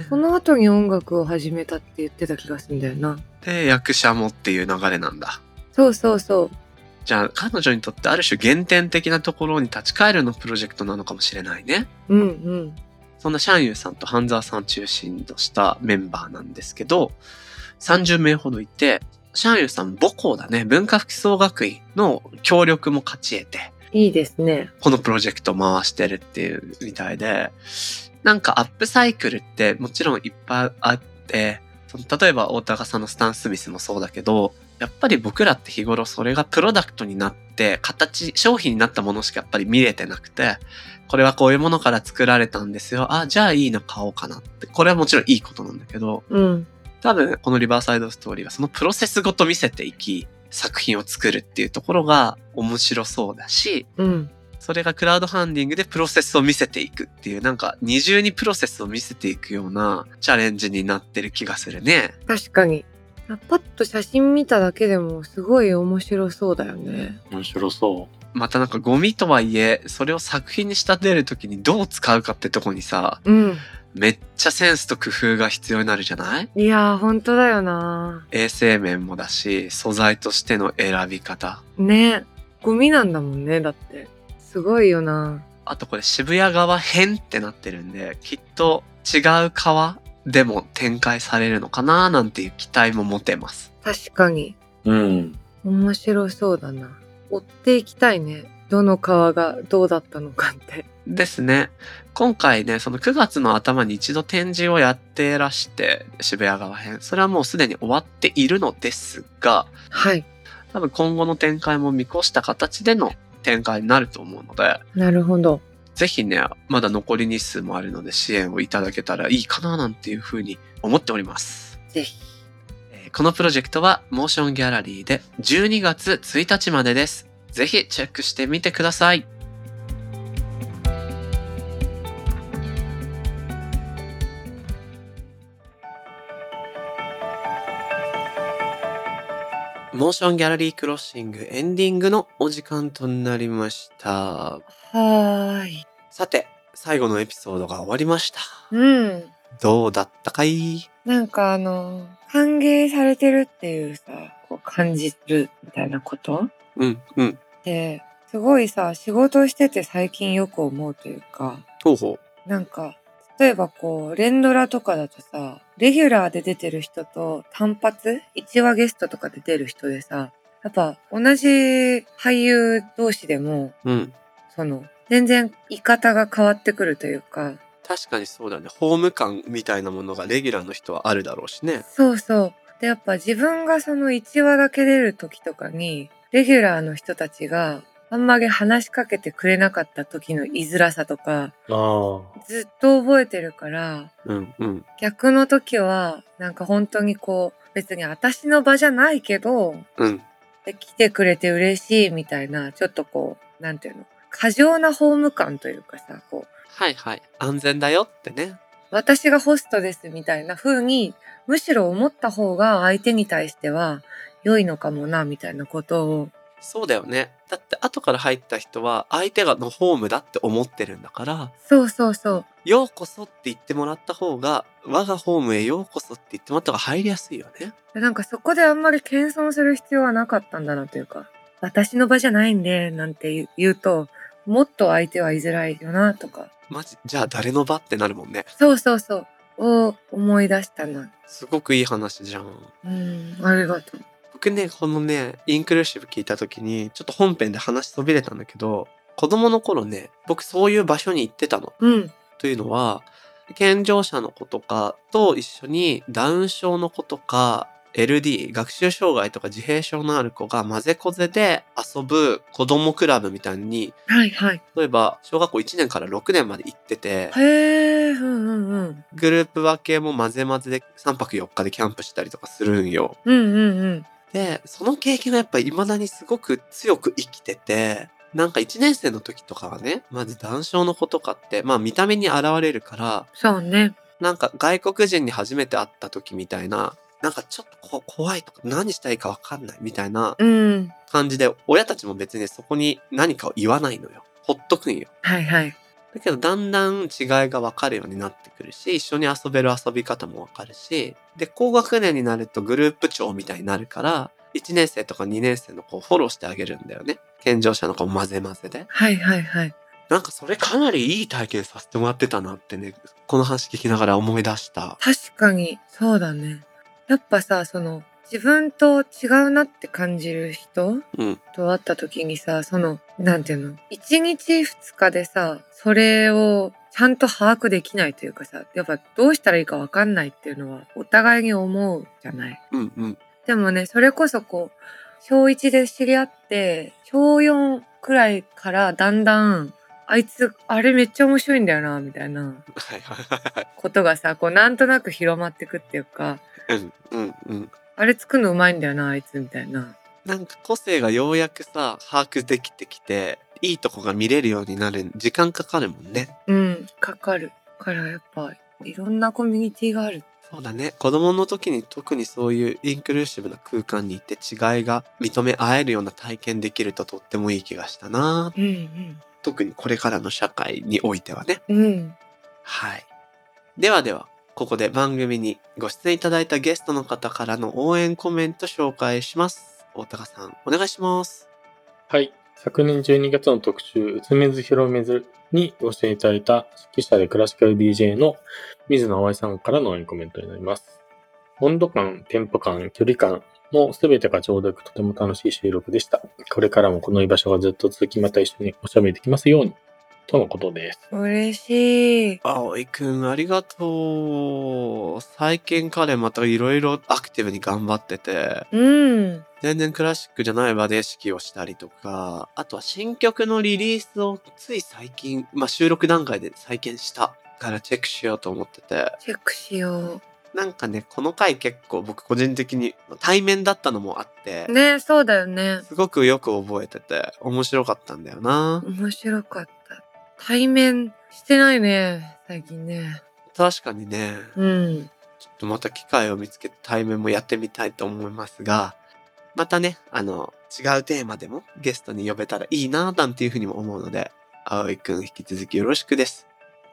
[SPEAKER 1] え
[SPEAKER 2] そ。の後に音楽を始めたって言ってた気がするんだよな。
[SPEAKER 1] で、役者もっていう流れなんだ。
[SPEAKER 2] そうそうそう。
[SPEAKER 1] じゃあ、彼女にとってある種原点的なところに立ち返るのプロジェクトなのかもしれないね。
[SPEAKER 2] うんうん。
[SPEAKER 1] そんなシャンユーさんとハンザーさんを中心としたメンバーなんですけど、30名ほどいて、シャンユーさん母校だね、文化服装学院の協力も勝ち得て、
[SPEAKER 2] いいですね。
[SPEAKER 1] このプロジェクトを回してるっていうみたいで、なんかアップサイクルってもちろんいっぱいあって、その例えば大高さんのスタン・スミスもそうだけど、やっぱり僕らって日頃それがプロダクトになって、形、商品になったものしかやっぱり見れてなくて、これはこういうものから作られたんですよ。あ、じゃあいいの買おうかなって。これはもちろんいいことなんだけど、
[SPEAKER 2] うん。
[SPEAKER 1] 多分このリバーサイドストーリーはそのプロセスごと見せていき、作品を作るっていうところが面白そうだし、
[SPEAKER 2] うん。
[SPEAKER 1] それがクラウドファンディングでプロセスを見せていくっていう、なんか二重にプロセスを見せていくようなチャレンジになってる気がするね。
[SPEAKER 2] 確かに。パッと写真見ただけでもすごい面白そうだよね。
[SPEAKER 3] 面白そ
[SPEAKER 1] またなんかゴミとはいえ、それを作品に仕立てるときにどう使うかってとこにさ、
[SPEAKER 2] うん。
[SPEAKER 1] めっちゃセンスと工夫が必要になるじゃない
[SPEAKER 2] いやー、本当だよな
[SPEAKER 1] 衛生面もだし、素材としての選び方。
[SPEAKER 2] ね。ゴミなんだもんね、だって。すごいよな
[SPEAKER 1] あとこれ渋谷側編ってなってるんで、きっと違う川でも展開されるのかななんていう期待も持てます。
[SPEAKER 2] 確かに。
[SPEAKER 4] うん。
[SPEAKER 2] 面白そうだな。追っていきたいね。どの川がどうだったのかって。
[SPEAKER 1] ですね。今回ね、その9月の頭に一度展示をやってらして、渋谷側編。それはもうすでに終わっているのですが、
[SPEAKER 2] はい。
[SPEAKER 1] 多分今後の展開も見越した形での展開になると思うので、
[SPEAKER 2] なるほど。
[SPEAKER 1] ぜひね、まだ残り日数もあるので支援をいただけたらいいかななんていうふうに思っております。
[SPEAKER 2] ぜひ。
[SPEAKER 1] えーこのプロジェクトはモーションギャラリーで12月1日までです。ぜひチェックしてみてください。モーションギャラリークロッシングエンディングのお時間となりました。
[SPEAKER 2] はーい。
[SPEAKER 1] さて、最後のエピソードが終わりました。
[SPEAKER 2] うん。
[SPEAKER 1] どうだったかい
[SPEAKER 2] なんかあの、歓迎されてるっていうさ、こう感じるみたいなこと
[SPEAKER 1] うん、うん。
[SPEAKER 2] で、すごいさ、仕事してて最近よく思うというか、
[SPEAKER 1] ほうほ
[SPEAKER 2] なんか、例えばこう、連ドラとかだとさ、レギュラーで出てる人と単発、1話ゲストとかで出る人でさ、やっぱ同じ俳優同士でも、
[SPEAKER 1] う。うん。
[SPEAKER 2] その、全然言い方が変わってくるというか、
[SPEAKER 1] 確かにそうだね。ホーム感みたいなものがレギュラーの人はあるだろうしね。
[SPEAKER 2] そうそう。で、やっぱ自分がその1話だけ出る時とかに、レギュラーの人たちがあんまり話しかけてくれなかった時の居づらさとか、
[SPEAKER 3] あ
[SPEAKER 2] ずっと覚えてるから、
[SPEAKER 1] うん、うん。
[SPEAKER 2] 逆の時は、なんか本当にこう、別に私の場じゃないけど、
[SPEAKER 1] うん。
[SPEAKER 2] で来てくれて嬉しいみたいな、ちょっとこう、なんていうの、過剰なホーム感というかさ、こう、
[SPEAKER 1] はいはい。安全だよってね。
[SPEAKER 2] 私がホストですみたいな風に、むしろ思った方が相手に対しては良いのかもな、みたいなことを、
[SPEAKER 1] そうだよね。だって後から入った人は相手がのホームだって思ってるんだから、
[SPEAKER 2] そうそうそう、
[SPEAKER 1] ようこそって言ってもらった方が、我がホームへようこそって言ってもらった方が入りやすいよね。
[SPEAKER 2] なんかそこであんまり謙遜する必要はなかったんだなというか、私の場じゃないんで、なんて言う言うと、もっと相手は居づらいよな、とか、
[SPEAKER 1] マジ、じゃあ誰の場ってなるもんね。
[SPEAKER 2] そうそうそう。を思い出したな。
[SPEAKER 1] すごくいい話じゃん。
[SPEAKER 2] うん、ありがとう。
[SPEAKER 1] 僕ねこのねインクルーシブ聞いた時にちょっと本編で話そびれたんだけど子供の頃ね僕そういう場所に行ってたの
[SPEAKER 2] うん、
[SPEAKER 1] というのは健常者の子とかと一緒にダウン症の子とか LD 学習障害とか自閉症のある子が混ぜこぜで遊ぶ子供クラブみたいに
[SPEAKER 2] はいはい。
[SPEAKER 1] 例えば小学校1年から6年まで行ってて
[SPEAKER 2] へえ、うんうんうん。
[SPEAKER 1] グループ分けも混ぜ混ぜで3泊4日でキャンプしたりとかするんよ。
[SPEAKER 2] うんうんうん。
[SPEAKER 1] で、その経験がやっぱ未だにすごく強く生きてて、なんか1年生の時とかはね、まず男性の子とかって、まあ見た目に現れるから、
[SPEAKER 2] そうね。
[SPEAKER 1] なんか外国人に初めて会った時みたいな、なんかちょっとこ怖いとか何したいかわかんないみたいな
[SPEAKER 2] うん。
[SPEAKER 1] 感じで、親たちも別にそこに何かを言わないのよ。ほっとくんよ。
[SPEAKER 2] はいはい。
[SPEAKER 1] だけどだんだん違いが分かるようになってくるし、一緒に遊べる遊び方も分かるし、で、高学年になるとグループ長みたいになるから、1年生とか2年生の子をフォローしてあげるんだよね。健常者の子も混ぜ混ぜで。
[SPEAKER 2] はいはいはい。
[SPEAKER 1] なんかそれかなりいい体験させてもらってたなってね、この話聞きながら思い出した。
[SPEAKER 2] 確かに、そうだね。やっぱさ、その、自分と違うなって感じる人
[SPEAKER 1] うん。
[SPEAKER 2] と会った時にさ、その、なんていうの、1日2日でさ、それをちゃんと把握できないというかさ、やっぱどうしたらいいかわかんないっていうのは、お互いに思うじゃない。
[SPEAKER 1] うんうん。
[SPEAKER 2] でもね、それこそこう、小1で知り合って、小4くらいからだんだん、あいつ、あれめっちゃ面白いんだよな、みたいな
[SPEAKER 1] はいはいはい
[SPEAKER 2] ことがさ、こうなんとなく広まってくっていうか、
[SPEAKER 1] はい。うんうんうん。
[SPEAKER 2] あれ作るのうまいんだよな、あいつ、みたいな。
[SPEAKER 1] なんか個性がようやくさ、把握できてきて、いいとこが見れるようになる時間かかるもんね。
[SPEAKER 2] うん、かかる。からやっぱ、いろんなコミュニティがある。
[SPEAKER 1] そうだね。子供の時に特にそういうインクルーシブな空間に行って違いが認め合えるような体験できるととってもいい気がしたな。
[SPEAKER 2] うん、
[SPEAKER 1] 特にこれからの社会においてはね。
[SPEAKER 2] うん。うん。
[SPEAKER 1] はい。ではでは、ここで番組にご出演いただいたゲストの方からの応援コメント紹介します。大高さん、お願いします。
[SPEAKER 3] あ。はい。昨年12月の特集、うつめずひろめずにご出演いただいた指揮者でクラシカル DJ の水野葵さんからの応援コメントになります。温度感、テンポ感、距離感の全てがちょうどよくとても楽しい収録でした。これからもこの居場所がずっと続き、また一緒におしゃべりできますように。とのことです。
[SPEAKER 2] 嬉しい。
[SPEAKER 1] 葵くん、ありがとう。最近彼またいろいろアクティブに頑張ってて、
[SPEAKER 2] うん。
[SPEAKER 1] 全然クラシックじゃない場で指揮をしたりとか、あとは新曲のリリースをつい最近、まあ収録段階で再建したからチェックしようと思ってて、
[SPEAKER 2] チェックしよ
[SPEAKER 1] なんかね、この回結構僕個人的に対面だったのもあって
[SPEAKER 2] う。、ね、そうだよね。
[SPEAKER 1] すごくよく覚えてて面白かったんだよな。
[SPEAKER 2] 面白かった。対面してないね、最近ね。
[SPEAKER 1] 確かにね、
[SPEAKER 2] うん。
[SPEAKER 1] ちょっとまた機会を見つけて対面もやってみたいと思いますが、またね、あの、違うテーマでもゲストに呼べたらいいなぁなんていうふうにも思うので、葵くん引き続きよろしくです。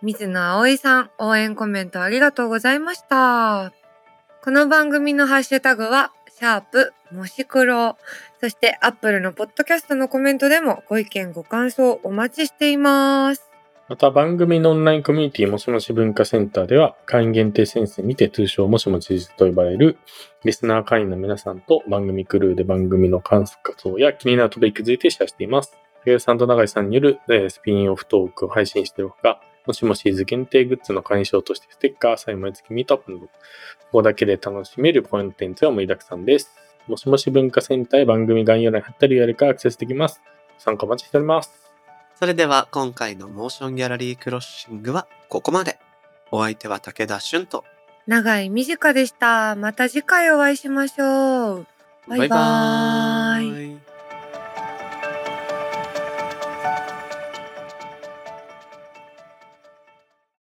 [SPEAKER 2] 水野葵さん、応援コメントありがとうございました。この番組のハッシュタグは、シャープ、もしくろそして、アップルのポッドキャストのコメントでもご意見、ご感想お待ちしています。
[SPEAKER 3] また番組のオンラインコミュニティもしもし文化センターでは会員限定センスにて通称もしもしと呼ばれるリスナー会員の皆さんと番組クルーで番組の観察活動や気になるトピックについてシェアしています。竹内さんと永井さんによる、えースピンオフトークを配信しているほか、もしもしーず限定グッズの会員証としてステッカー、サイン毎月ミートアップなど、ここだけで楽しめるコンテンツは盛りだくさんです。もしもし文化センターへ番組概要欄に貼ったりやるからアクセスできます。参加お待ちしております。
[SPEAKER 1] それでは今回のモーションギャラリークロッシングはここまで。お相手は武田俊と。
[SPEAKER 2] 長い短でした。また次回お会いしましょう。バイバーイ
[SPEAKER 1] イ。